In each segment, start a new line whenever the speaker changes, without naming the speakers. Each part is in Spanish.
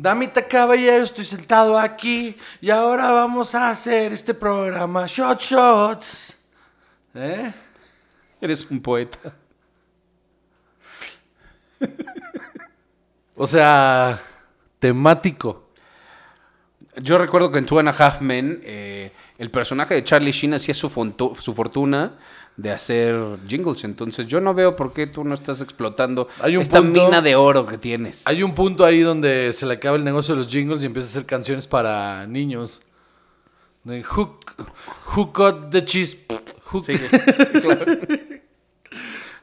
Damita este caballero, estoy sentado aquí y ahora vamos a hacer este programa Shot Shots. ¿Eh?
Eres un poeta.
O sea, temático.
Yo recuerdo que en Two and a Half Men, eh, el personaje de Charlie Sheen hacía su, fontu- su fortuna de hacer jingles. Entonces, yo no veo por qué tú no estás explotando
Hay un
esta
punto-
mina de oro que tienes.
Hay un punto ahí donde se le acaba el negocio de los jingles y empieza a hacer canciones para niños. De Who, who cut the cheese? Who-
Sí, claro.
Qué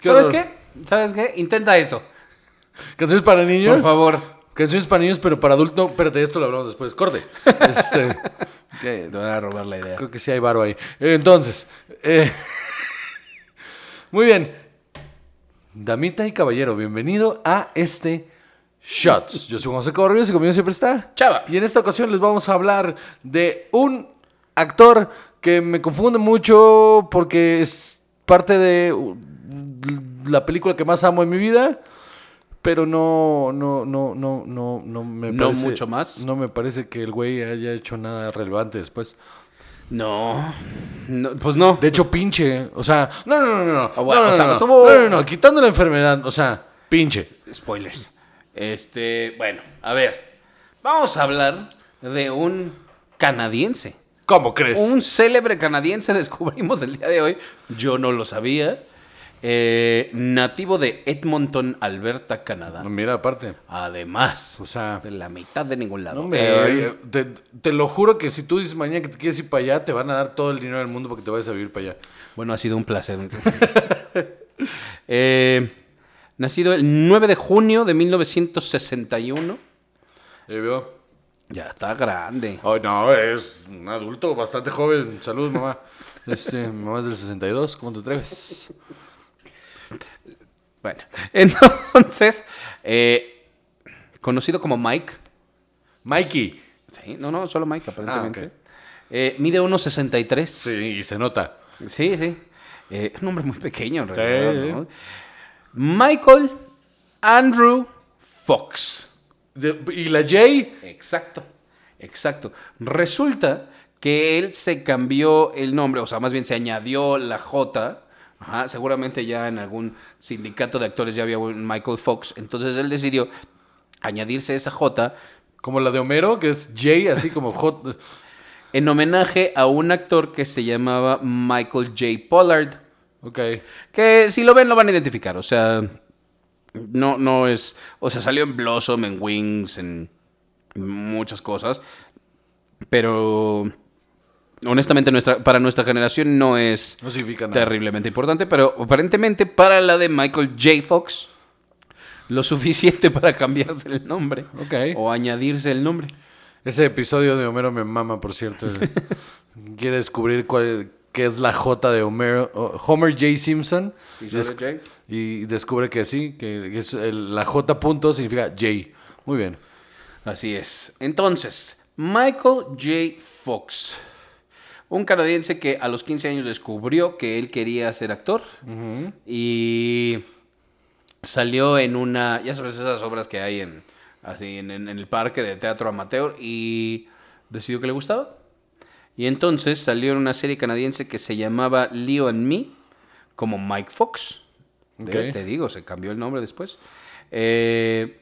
¿Sabes
horror.
qué? ¿Sabes qué? Intenta eso,
¿Canciones para niños?
por favor.
Canciones para niños, pero para adultos. No, espérate, esto lo hablamos después. Corte. Este,
Te van a robar la idea.
creo que sí hay varo ahí. Entonces, eh, muy bien. Damita y caballero, bienvenido a este Shots. Yo soy José Cobarrubias y conmigo siempre está
Chava.
Y en esta ocasión les vamos a hablar de un actor que me confunde mucho porque es parte de uh, la película que más amo en mi vida. Pero no, no, no, no, no, no me
No
parece-
mucho más.
No me parece que el güey haya hecho nada relevante después.
No. No, pues no.
De hecho, pinche. O sea, no, no, no, no.
Ah,
No,
bueno,
no,
o sea,
no, no.
tuvo-
No, no, no, Quitando la enfermedad, o sea, pinche.
Spoilers. Este, bueno, a ver. Vamos a hablar de un canadiense.
¿Cómo crees?
Un célebre canadiense descubrimos el día de hoy. Yo no lo sabía. Eh, nativo de Edmonton, Alberta, Canadá.
No, Mira, aparte.
Además,
O sea,
de la mitad de ningún lado.
no me-
Eh,
te, te lo juro que si tú dices mañana que te quieres ir para allá, te van a dar todo el dinero del mundo para que te vayas a vivir para allá.
Bueno, ha sido un placer. Eh, nacido el 9 de junio de 1961.
Eh, veo.
Ya está grande.
Ay, no, es un adulto bastante joven. Saludos, mamá. Este, mi mamá es del 62. ¿Cómo te atreves?
Bueno, entonces, eh, conocido como Mike.
Mikey.
Sí, no, no, solo Mike, aparentemente.
Ah, ok.
Eh, mide 1,63.
Sí, y se nota.
Sí, sí. Eh, un hombre muy pequeño, en
Sí.
realidad. ¿no? Michael Andrew Fox.
De- y la J,
Exacto, exacto. Resulta que él se cambió el nombre, o sea, más bien se añadió la J. Ajá, seguramente ya en algún sindicato de actores ya había un Michael Fox. Entonces él decidió añadirse esa J
como la de Homero, que es J, así como J.
en homenaje a un actor que se llamaba Michael J. Pollard.
Ok.
Que si lo ven, lo van a identificar. O sea, no, no es. O sea, salió en Blossom, en Wings, en muchas cosas. Pero. Honestamente, nuestra, para nuestra generación no es
No significa nada.
terriblemente importante, pero aparentemente para la de Michael J. Fox, lo suficiente para cambiarse el nombre
Ok.
o añadirse el nombre.
Ese episodio de Homero me mama, por cierto. Quiere descubrir cuál, qué es la J de Homero, o- Homer J. Simpson.
¿Y sale J?
y descubre que sí, que es el- la J punto significa J. Muy bien.
Así es. Entonces, Michael J. Fox, un canadiense que a los 15 años descubrió que él quería ser actor y salió en una, ya sabes esas obras que hay en así en, en- en el parque de teatro amateur y decidió que le gustaba. Y entonces salió en una serie canadiense que se llamaba Leo and Me, como Mike Fox. De-
Ok.
Te digo, se cambió el nombre después. Eh,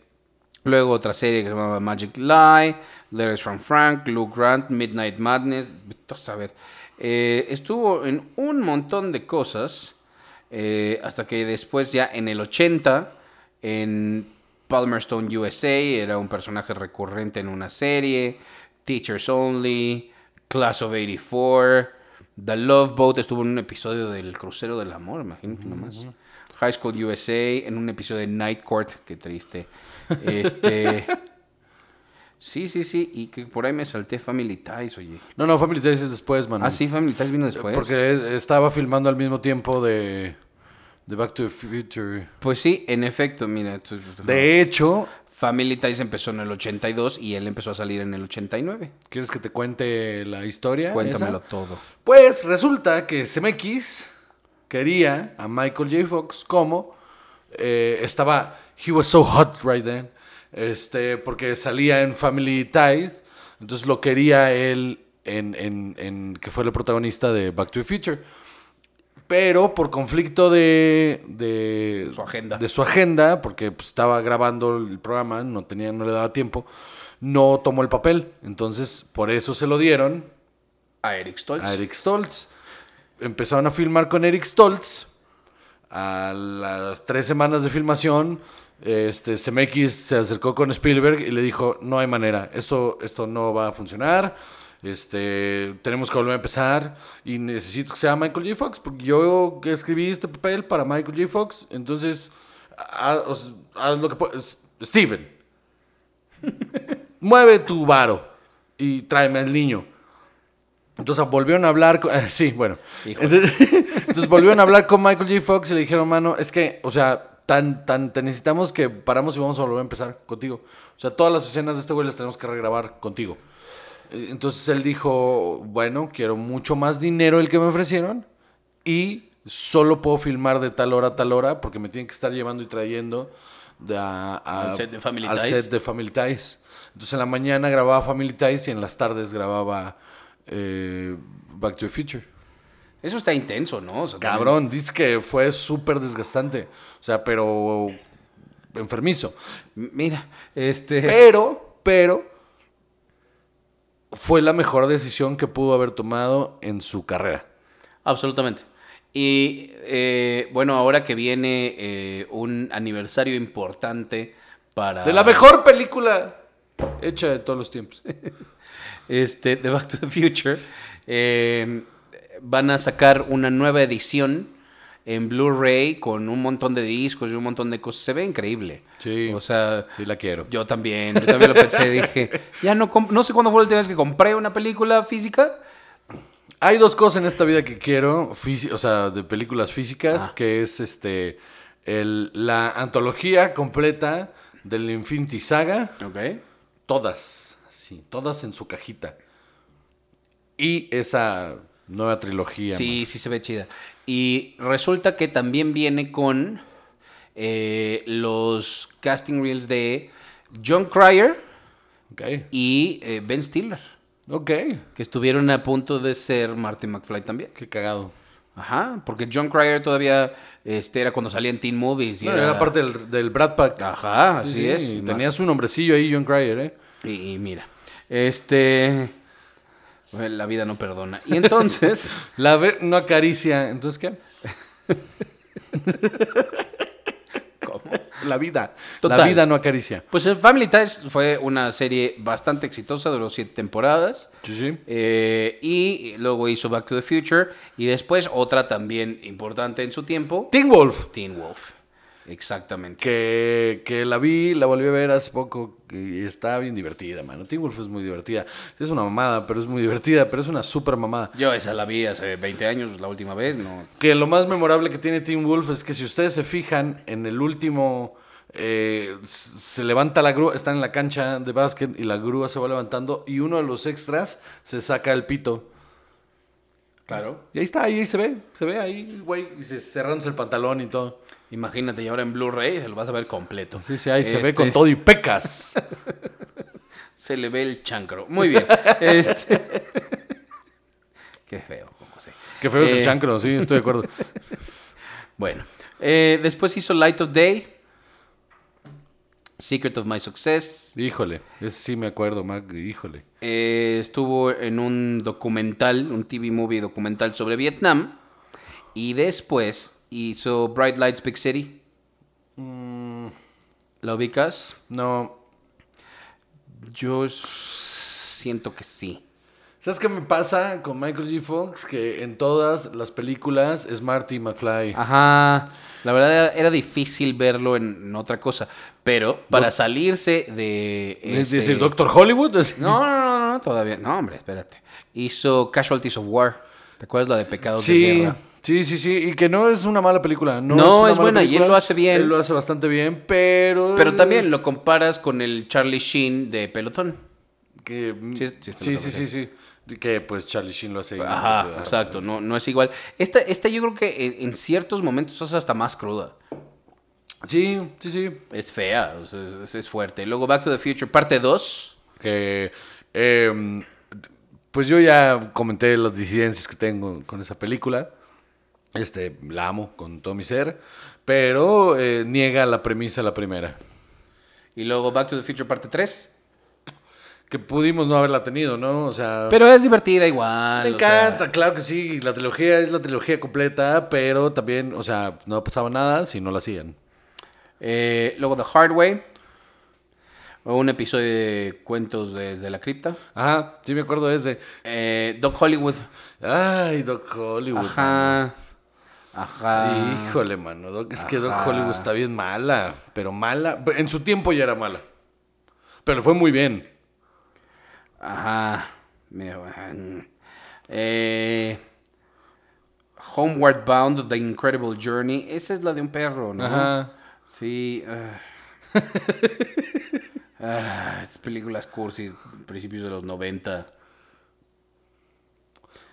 luego otra serie que se llamaba Magic Lie, Letters from Frank, Lou Grant, Midnight Madness. vete A saber. Eh, estuvo en un montón de cosas eh, hasta que después ya en el 80 en Palmerston USA era un personaje recurrente en una serie, Teachers Only, Class of 84, The Love Boat estuvo en un episodio del Crucero del Amor, imagínate nomás. High School USA en un episodio de Night Court, qué triste. Este Sí, sí, sí, y que por ahí me salté Family Ties, oye.
No, no, Family Ties es después, man.
Ah, sí, Family Ties vino después.
Porque es- estaba filmando al mismo tiempo de, de Back to the Future.
Pues sí, en efecto, mira. tú- tú-
De hecho,
Family Ties empezó en el 82 y él empezó a salir en el 89.
¿quieres que te cuente la historia?
Cuéntamelo
Ah, esa?
todo.
Pues resulta que CMX quería a Michael J. Fox como eh, estaba He was so hot right then. este, porque salía en Family Ties, entonces lo quería él en, en- en que fue el protagonista de Back to the Future. Pero por conflicto de, de
Su agenda.
de su agenda, porque pues, estaba grabando el programa, no tenía, no le daba tiempo, no tomó el papel. Entonces, por eso se lo dieron
A Eric Stoltz.
a Eric Stoltz. Empezaron a filmar con Eric Stoltz. A las tres semanas de filmación, este, Zemeckis se acercó con Spielberg y le dijo, no hay manera, esto, esto no va a funcionar. Este, tenemos que volver a empezar y necesito que sea Michael J. Fox, porque yo escribí este papel para Michael J. Fox, entonces haz, os- haz lo que puedas. Steven, mueve tu varo y tráeme al niño. Entonces ah, volvieron a hablar, con- sí, bueno.
Híjole.
Entonces, entonces, volvieron a hablar con Michael J. Fox y le dijeron, mano, es que, o sea, tan, tan, te necesitamos que paramos y vamos a volver a empezar contigo. O sea, todas las escenas de este güey las tenemos que regrabar contigo. Eh, Entonces él dijo, bueno, quiero mucho más dinero el que me ofrecieron y solo puedo filmar de tal hora a tal hora porque me tienen que estar llevando y trayendo de a- a-
Al set de Family
al
Ties.
set de Family Ties. Entonces en la mañana grababa Family Ties y en las tardes grababa eh, Back to the Future.
Eso está intenso, ¿no? O sea, también-
Cabrón, dice que fue súper desgastante. O sea, pero enfermizo.
M- Mira, este.
Pero, pero, fue la mejor decisión que pudo haber tomado en su carrera.
Absolutamente. Y eh, bueno, ahora que viene eh, un aniversario importante para.
De la mejor película hecha de todos los tiempos.
este, de Back to the Future, eh, van a sacar una nueva edición en Blu-ray con un montón de discos y un montón de cosas. Se ve increíble.
Sí.
O sea,
Sí, la quiero.
yo también, yo también lo pensé, dije, ya no, comp- no sé cuándo fue la última vez que compré una película física.
Hay dos cosas en esta vida que quiero, fisi- o sea, de películas físicas, que es este el- la antología completa del Infinity Saga.
Ok.
Todas, sí, todas en su cajita. Y esa nueva trilogía.
Sí, sí se ve chida. Y resulta que también viene con eh, los casting reels de John Cryer
man.
y eh, Ben Stiller,
Ok. Ok.
que estuvieron a punto de ser Martin McFly también.
Qué cagado.
Ajá, porque John Cryer todavía este, era cuando salía en Teen Movies. Y
No, era parte del, del Brad Pack.
Ajá, así
Sí, sí,
es.
y
Ma-
Tenía su nombrecillo ahí, John Cryer, ¿eh?
Y, y mira, este... bueno, La vida no perdona. Y entonces...
La ve no acaricia. ¿Entonces qué?
¿Cómo?
La vida. La
Total.
vida no acaricia.
Pues el Family Ties fue una serie bastante exitosa, duró siete temporadas.
Sí, sí.
Eh, y luego hizo Back to the Future. Y después otra también importante en su tiempo,
Teen Wolf.
Teen Wolf. Exactamente.
Que, que la vi, la volví a ver hace poco y está bien divertida, mano. Teen Wolf es muy divertida. Es una mamada, pero es muy divertida, pero es una súper mamada.
Yo esa la vi hace 20 años, la última vez, no.
Que lo más memorable que tiene Teen Wolf es que si ustedes se fijan en el último, eh, s- se levanta la grúa, están en la cancha de básquet y la grúa se va levantando y uno de los extras se saca el pito.
Claro.
Y ahí está, ahí se ve, se ve ahí, güey, y se cerrándose el pantalón y todo.
Imagínate, y ahora en Blu-ray se lo vas a ver completo.
Sí, sí, ahí se ve
Este,
con todo y pecas.
Se le ve el chancro. Muy bien. Este... Qué feo, José.
Qué feo es el
Eh,
chancro, sí, estoy de acuerdo.
Bueno, eh, después hizo Light of Day, Secret of My Success.
Híjole, ese sí me acuerdo, Mac, híjole.
eh, estuvo en un documental, un TV movie documental sobre Vietnam. Y después hizo Bright Lights Big City.
Mm.
¿La ubicas?
No,
Yo s- siento que sí.
¿sabes qué me pasa con Michael G. Fox? Que en todas las películas es Marty McFly.
Ajá. La verdad era difícil verlo en, en otra cosa. Pero para salirse de.
Es
ese-
decir, Doctor Hollywood. es-
Este, No, no, no, no, todavía. No, hombre, espérate. Hizo Casualties of War. ¿Te acuerdas la de Pecados de
Sí,
Guerra?
sí, sí, sí. Y que no es una mala película. No,
No,
una
es
mala
buena, y él
película.
lo hace bien.
Él lo hace bastante bien, pero.
Pero también lo comparas con el Charlie Sheen de Pelotón.
Que...
Sí,
Sí, sí,
sí, sí,
sí, sí, sí. Que pues Charlie Sheen lo hace.
Ajá, exacto, no, no es igual. Esta, esta yo creo que en, en ciertos momentos es hasta más cruda.
Sí, sí, sí.
Es fea, o sea, es, es- es fuerte. Y Luego Back to the Future, parte 2.
Que. eh, pues yo ya comenté las disidencias que tengo con esa película. Este, la amo con todo mi ser. Pero eh, niega la premisa la primera.
Y luego Back to the Future, parte 3.
Que pudimos no haberla tenido, ¿no? O sea.
Pero es divertida igual.
Me
o sea,
encanta, claro que sí. La trilogía es la trilogía completa, pero también, o sea, no pasaba nada si no la hacían.
eh, luego The Hard Way. O Un episodio de cuentos desde la cripta.
Ajá, sí me acuerdo de ese.
Eh, Doc Hollywood.
Ay, Doc Hollywood.
Ajá. Ajá.
mano. Híjole, mano. Doc- es que Doc
Ajá.
Hollywood está bien mala, pero mala. En su tiempo ya era mala. Pero le fue muy bien.
Ajá. Mira, bueno. Eh, Homeward Bound, The Incredible Journey. Esa es la de un perro, ¿no?
Ajá.
Sí. ah. Ah, estas películas cursis, principios de los 90.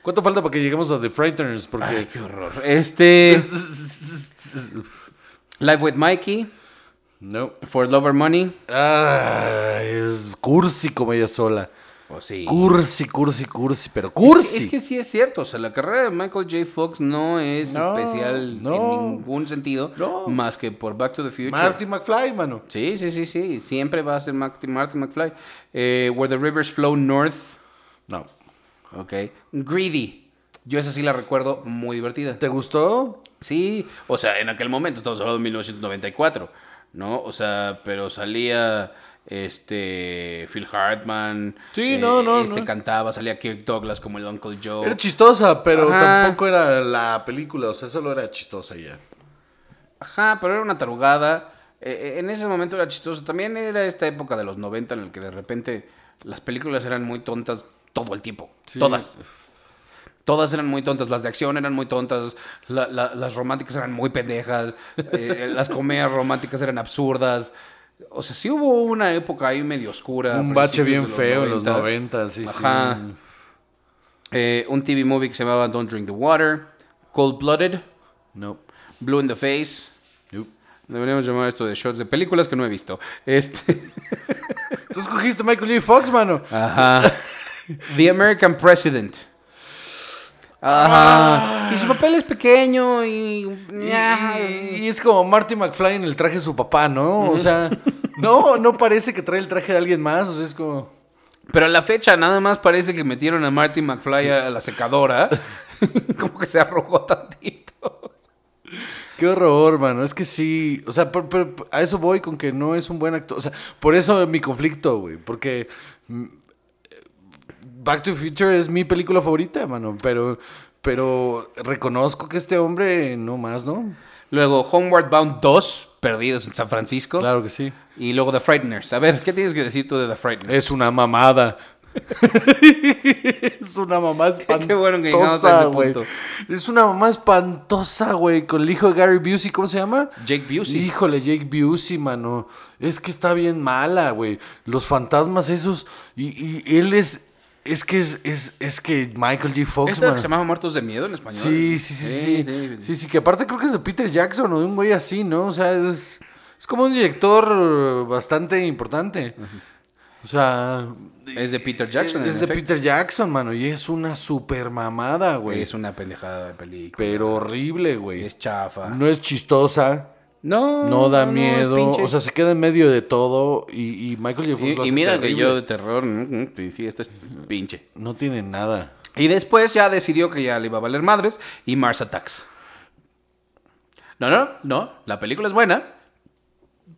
¿Cuánto falta para que lleguemos a The Frighteners? Porque.
Ay, qué horror. Este. Live with Mikey,
no.
For Lover Money.
Ay, es cursi como ella sola.
O Oh, sí.
Cursi, cursi, cursi, pero
Es
cursi.
que- Es que sí es cierto, o sea, la carrera de Michael J. Fox no es
No,
especial
no.
en ningún sentido,
No.
más que por Back to the Future.
Marty McFly, mano.
Sí, sí, sí, sí, siempre va a ser Marty, Marty McFly. Eh, Where the Rivers Flow North,
No.
ok. Greedy, yo esa sí la recuerdo muy divertida.
¿Te gustó?
Sí, o sea, en aquel momento, estamos hablando de 1994, ¿no? O sea, pero salía este Phil Hartman.
Sí, no, no,
Este
no.
cantaba, salía Kirk Douglas como el Uncle Joe.
Era chistosa, pero
Ajá.
tampoco era la película. O sea, solo era chistosa y ya.
Ajá, pero era una tarugada. Eh, eh, en ese momento era chistoso. También era esta época de los 90 en el que de repente las películas eran muy tontas todo el tiempo.
Sí.
Todas. Todas eran muy tontas. Las de acción eran muy tontas. la- la- las románticas eran muy pendejas. eh, las comedias románticas eran absurdas. O sea, sí hubo una época ahí medio oscura.
Un bache
principios
bien
de los
feo en los 90, sí,
Ajá.
sí.
Eh, un TV movie que se llamaba Don't Drink the Water. Cold Blooded.
No.
Blue in the Face.
Yup.
Deberíamos llamar esto de shots de películas que no he visto. Este.
Tú escogiste Michael J. Fox, mano.
Ajá. The American President. Ajá. Y su papel es pequeño Ah. y.
Y, y- y es como Marty McFly en el traje de su papá, ¿no? O sea, no, no parece que trae el traje de alguien más. O sea, es como.
Pero a la fecha nada más parece que metieron a Marty McFly a la secadora. Como que se arrugó tantito.
Qué horror, mano. Es que sí. O sea, por- por- por- a eso voy con que no es un buen actor. O sea, por eso mi conflicto, güey. Porque mm, Back to the Future es mi película favorita, mano. Pero, pero reconozco que este hombre no más, ¿no?
Luego Homeward Bound 2, Perdidos en San Francisco.
Claro que sí.
Y luego The Frighteners. A ver, ¿qué tienes que decir tú de The Frighteners?
Es una mamada. es una mamá espantosa.
Qué bueno que llegamos a ese
güey.
punto.
Es una mamá espantosa, güey. Con el hijo de Gary Busey, ¿cómo se llama?
Jake Busey.
Híjole, Jake Busey, mano. Es que está bien mala, güey. Los fantasmas esos. Y, y él es. Es que es, es, es que Michael J. Fox,
¿Esta
mano.
que se llamaba Muertos de Miedo en español?
Sí, sí, sí, sí. Sí, sí, que aparte creo que es de Peter Jackson o de un güey así, ¿no? O sea, es, es como un director eh, bastante importante. O sea...
Es de Peter Jackson,
Es,
en
de
efecto.
Peter Jackson, mano. Y es una super mamada, güey.
Es una pendejada de película.
Pero horrible, güey.
Es chafa.
No es chistosa.
No,
No da
no, es
miedo.
pinche-
o sea, se queda en medio de todo. Y, y Michael J. Fox lo
y, y
hace
mira que
terrible.
yo de terror, mm, mm, sí, sí, esto es pinche.
No tiene nada.
Y después ya decidió que ya le iba a valer madres y Mars Attacks. No, no, no, la película es buena,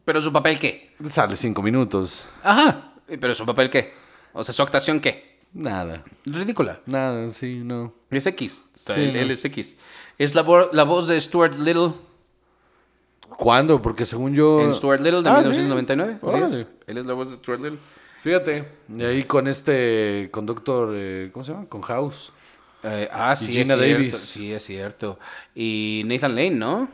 pero su papel qué?
Sale cinco minutos.
Ajá, pero su papel qué? O sea, su actuación qué?
Nada.
Ridícula.
Nada, sí, no.
Es X, o sea,
Sí,
él,
no.
él es X. Es la, vo- la voz de Stuart Little
¿Cuándo? Porque según yo...
en Stuart Little de
Ah, ¿sí?
1999. así
Órale.
es. Él es la voz de Stuart Little.
Fíjate, y ahí con este conductor, ¿cómo se llama? Con House.
Eh, ah, sí,
Gina
es cierto,
Davis.
Sí, es cierto. Y Nathan Lane, ¿no?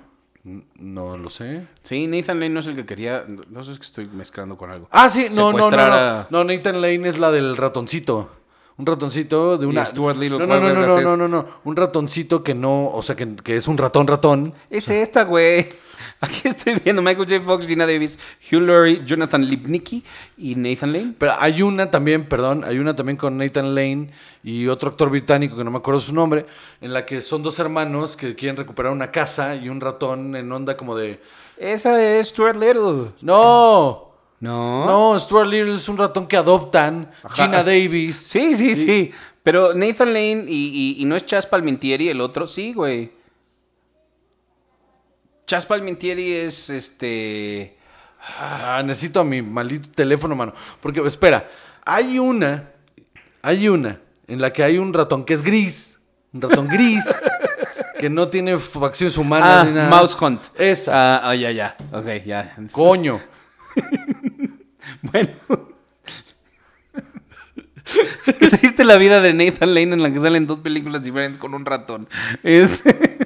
N- No lo sé.
Sí, Nathan Lane no es el que quería. No sé, es que estoy mezclando con algo.
Ah, sí, no, no, no,
Secuestrar
no.
a-
No, Nathan Lane es la del ratoncito. Un ratoncito de una.
Stuart Little,
no, no,
¿cuál
no, no,
vergas
no,
es?
no, no, no. Un ratoncito que no, o sea, que, que es un ratón ratón.
Es esta, güey. Aquí estoy viendo Michael J. Fox, Gina Davis, Hugh Laurie, Jonathan Lipnicki y Nathan Lane.
Pero hay una también, perdón, hay una también con Nathan Lane y otro actor británico que no me acuerdo su nombre, en la que son dos hermanos que quieren recuperar una casa y un ratón en onda como de...
Esa es Stuart Little.
No,
No.
no, Stuart Little es un ratón que adoptan,
Ajá.
Gina Davis.
Sí, sí, sí. Pero Nathan Lane y, y- y no es Chas Palmintieri el otro, sí, güey. Chas Palmintieri es este.
Ah, necesito a mi maldito teléfono, mano. Porque, espera, hay una, hay una en la que hay un ratón que es gris, un ratón gris, que no tiene facciones humanas
Ah,
ni nada.
Mouse Hunt.
Esa.
Ah, ah, ya, ya. Ok, ya.
Coño.
Bueno. Qué triste la vida de Nathan Lane en la que salen dos películas diferentes con un ratón. Este-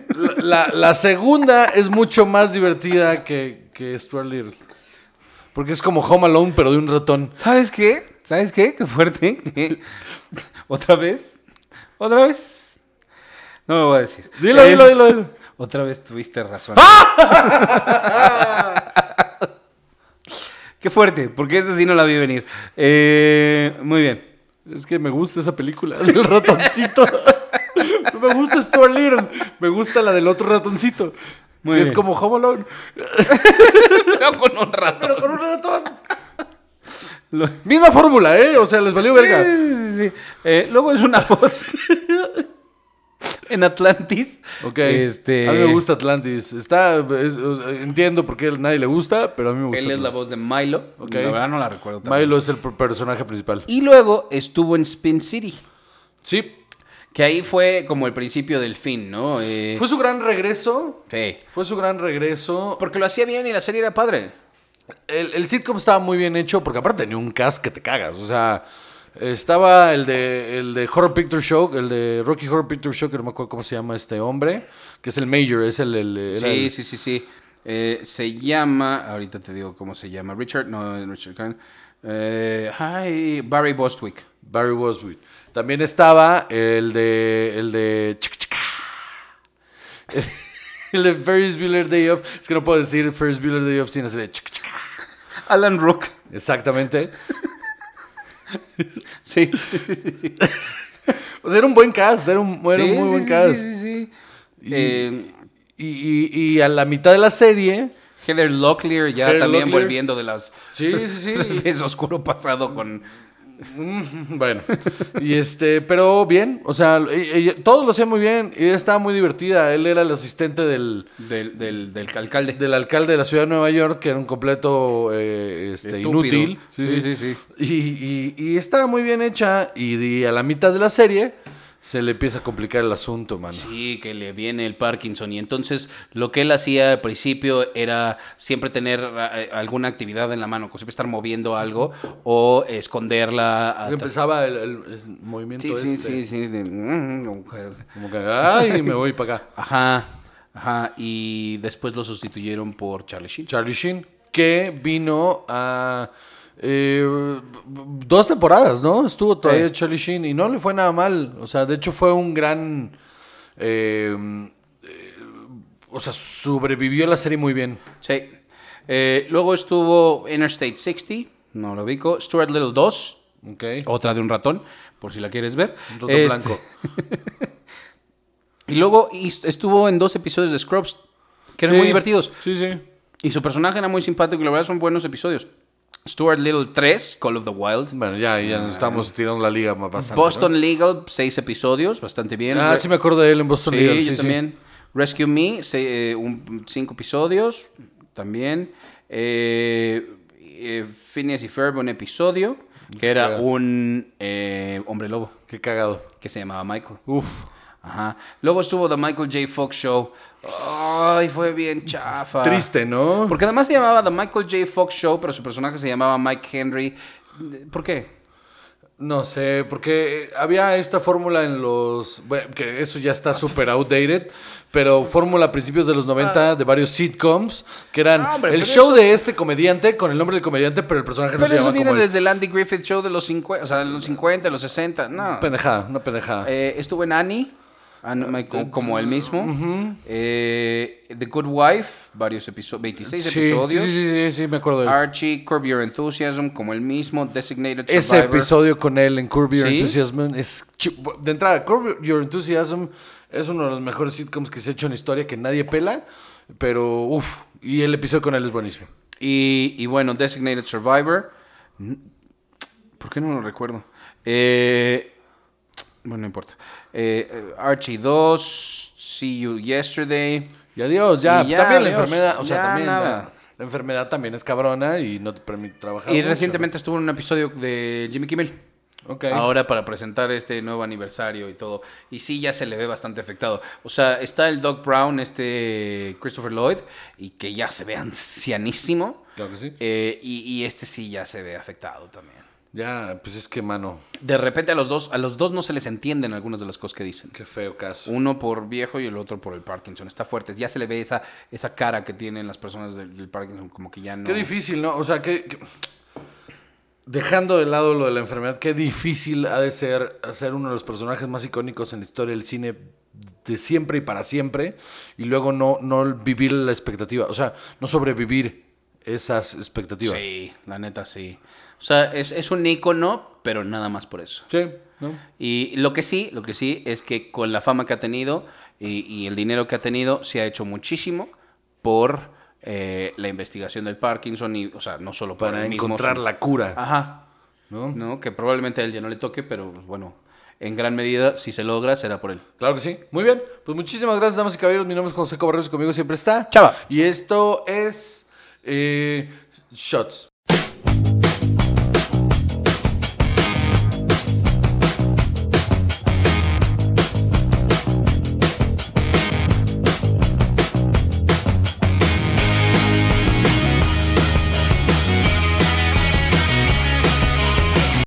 La, la segunda es mucho más divertida que, que Stuart Little. Porque es como Home Alone, pero de un ratón.
¿Sabes qué? ¿Sabes qué? Qué fuerte. ¿Otra vez? ¿Otra vez? No lo voy a decir.
Dilo,
Eh,
dilo, dilo, dilo.
Otra vez tuviste razón. ¡Ah! Qué fuerte, porque esa sí no la vi venir. Eh, muy bien.
Es que me gusta esa película del ratoncito. No me gusta Stuart Little. Me gusta la del otro ratoncito.
Muy
que es
bien.
como Home Alone,
Pero con un ratón.
pero con un ratón.
Lo-
Misma fórmula, ¿eh? O sea, les valió verga.
Sí, sí, sí. Eh, luego es una voz en Atlantis.
Ok.
Este,
A mí me gusta Atlantis. Está, es- entiendo por qué a nadie le gusta, pero a mí me gusta.
Él es la
Atlantis.
voz de Milo.
Ok.
La verdad no la recuerdo. tan bien.
Milo es el per- personaje principal.
Y luego estuvo en Spin City.
Sí.
Que ahí fue como el principio del fin, ¿no? Eh,
Fue su gran regreso.
sí.
Fue su gran regreso.
Porque lo hacía bien y la serie era padre.
El, el sitcom estaba muy bien hecho porque aparte tenía un cast que te cagas. O sea, estaba el de, el de Horror Picture Show, el de Rocky Horror Picture Show, que no me acuerdo cómo se llama este hombre, que es el Major, es el... el- era
Sí,
el-
sí, sí, sí. Eh, se llama, ahorita te digo cómo se llama, Richard, no, Richard Cohen. Eh, hi, Barry Bostwick.
Barry Boswick. También estaba el de... El de... Chica, chica. El de Ferris Bueller Day Off. Es que no puedo decir Ferris Bueller Day Off sin hacer el chica, chica.
Alan Rook.
Exactamente.
Sí.
O sea, era un buen cast, era un, era un
Sí,
muy
sí,
buen
sí,
cast.
Sí, sí, sí.
Y-
Eh,
Y, y- y a la mitad de la serie.
Heather Locklear ya
Heather
también
Locklear.
volviendo de las
Sí, sí,
de su oscuro pasado con Mm,
bueno. Y este, pero bien. O sea, y- y- todos lo hacían muy bien. Y ella estaba muy divertida. Él era el asistente del,
del, del, del alcalde.
del alcalde de la ciudad de Nueva York, que era un completo eh, este,
Estúpido.
inútil.
Sí, sí, sí, sí.
Y, y- y estaba muy bien hecha. Y, y a la mitad de la serie se le empieza a complicar el asunto, mano.
Sí, que le viene el Parkinson. Y entonces lo que él hacía al principio era siempre tener eh, alguna actividad en la mano, como siempre estar moviendo algo o esconderla. a-
Empezaba el, el- el movimiento
Sí, sí,
este.
sí, sí, de-
Como que, ay, me voy para acá.
Ajá, ajá. Y después lo sustituyeron por Charlie Sheen.
Charlie Sheen, que vino a eh, dos temporadas, ¿no? Estuvo todavía
Sí.
Charlie Sheen y no le fue nada mal. O sea, de hecho fue un gran... eh, eh, o sea, sobrevivió la serie muy bien.
Sí. Eh, luego estuvo Interstate 60, no lo ubico. Stuart Little 2,
Ok.
otra de un ratón, por si la quieres ver.
Un ratón
Este,
blanco.
Y luego his- estuvo en dos episodios de Scrubs, que eran
Sí,
muy divertidos.
Sí, sí.
Y su personaje era muy simpático y la verdad son buenos episodios. Stuart Little 3, Call of the Wild.
Bueno, ya, ya nos estamos tirando la liga más bastante. ¿no?
Ah, Boston Legal, 6 episodios, bastante bien.
Ah,
Re-
sí me acuerdo de él en Boston
Sí,
Legal,
yo
sí, sí.
también. Rescue Me, 5 episodios, también. Eh, eh, Phineas y Ferb, un episodio, que era
Cagado.
un eh, hombre lobo,
Qué cagado.
que se llamaba Michael.
Uf.
Ajá. Luego estuvo The Michael J. Fox Show. Ay, fue bien chafa.
Triste, ¿no?
Porque además se llamaba The Michael J. Fox Show, pero su personaje se llamaba Mike Henry. ¿Por qué?
No sé, porque había esta fórmula en los... Bueno, que eso ya está súper outdated, pero fórmula a principios de los 90 de varios sitcoms, que eran
No, Ah. hombre,
el
pero
show
eso-
de este comediante con el nombre del comediante, pero el personaje no
Pero
se
eso
llama
viene
como él.
desde el Andy Griffith Show de los 50, o sea, de los 50, los 60. No.
Pendejada, una pendejada.
Eh, estuvo en Annie.
Ah,
and Michael, como él mismo. Eh, The Good Wife, varios episodios, 26
Sí, sí, sí,
episodios.
sí, sí, sí, me acuerdo de él.
Archie, Curb Your Enthusiasm, como él mismo. Designated Survivor.
Ese episodio con él en Curb Your
¿Sí?
Enthusiasm es... chi- De entrada, Curb Your Enthusiasm es uno de los mejores sitcoms que se ha hecho en la historia que nadie pela, pero uff, y el episodio con él es buenísimo.
Y, y bueno, Designated Survivor. ¿Por qué no lo recuerdo? Eh, bueno, no importa. Eh, eh, Archie 2, See You Yesterday.
Y adiós, ya.
Y ya,
también la
adiós.
enfermedad, o sea,
Ya,
también la-
nada.
la enfermedad también es cabrona y no te permite trabajar.
Y
mucho.
recientemente estuvo en un episodio de Jimmy Kimmel.
Ok.
Ahora para presentar este nuevo aniversario y todo. Y sí, ya se le ve bastante afectado. O sea, está el Doc Brown, este Christopher Lloyd, y que ya se ve ancianísimo.
Claro que sí.
Eh, y, y este sí ya se ve afectado también.
Ya, pues es que, mano,
De repente a los dos, a los dos no se les entienden algunas de las cosas que dicen.
qué feo caso.
Uno por viejo y el otro por el Parkinson. Está fuerte. Ya se le ve esa, esa cara que tienen las personas del, del Parkinson, como que ya no.
Qué difícil, ¿no? O sea, que, que- Dejando de lado lo de la enfermedad, qué difícil ha de ser hacer uno de los personajes más icónicos en la historia del cine de siempre y para siempre, y luego no, no vivir la expectativa, o sea, no sobrevivir esas expectativas. Sí.
Sí, la neta sí. O sea, es, es un ícono, pero nada más por eso.
¿no?
Y lo que sí, lo que sí es que con la fama que ha tenido y, y el dinero que ha tenido, se ha hecho muchísimo por eh, la investigación del Parkinson y, o sea, no solo por
Para
él mismo, Ah.
encontrar
sino-
la cura,
Ajá.
¿no?
¿no? Que probablemente a él ya no le toque, pero pues, bueno, en gran medida, si se logra, será por él.
Claro que sí. Muy bien. Pues muchísimas gracias, damas y caballeros. Mi nombre es José Cabarrero, conmigo siempre está
Chava.
Y esto es eh, Shots.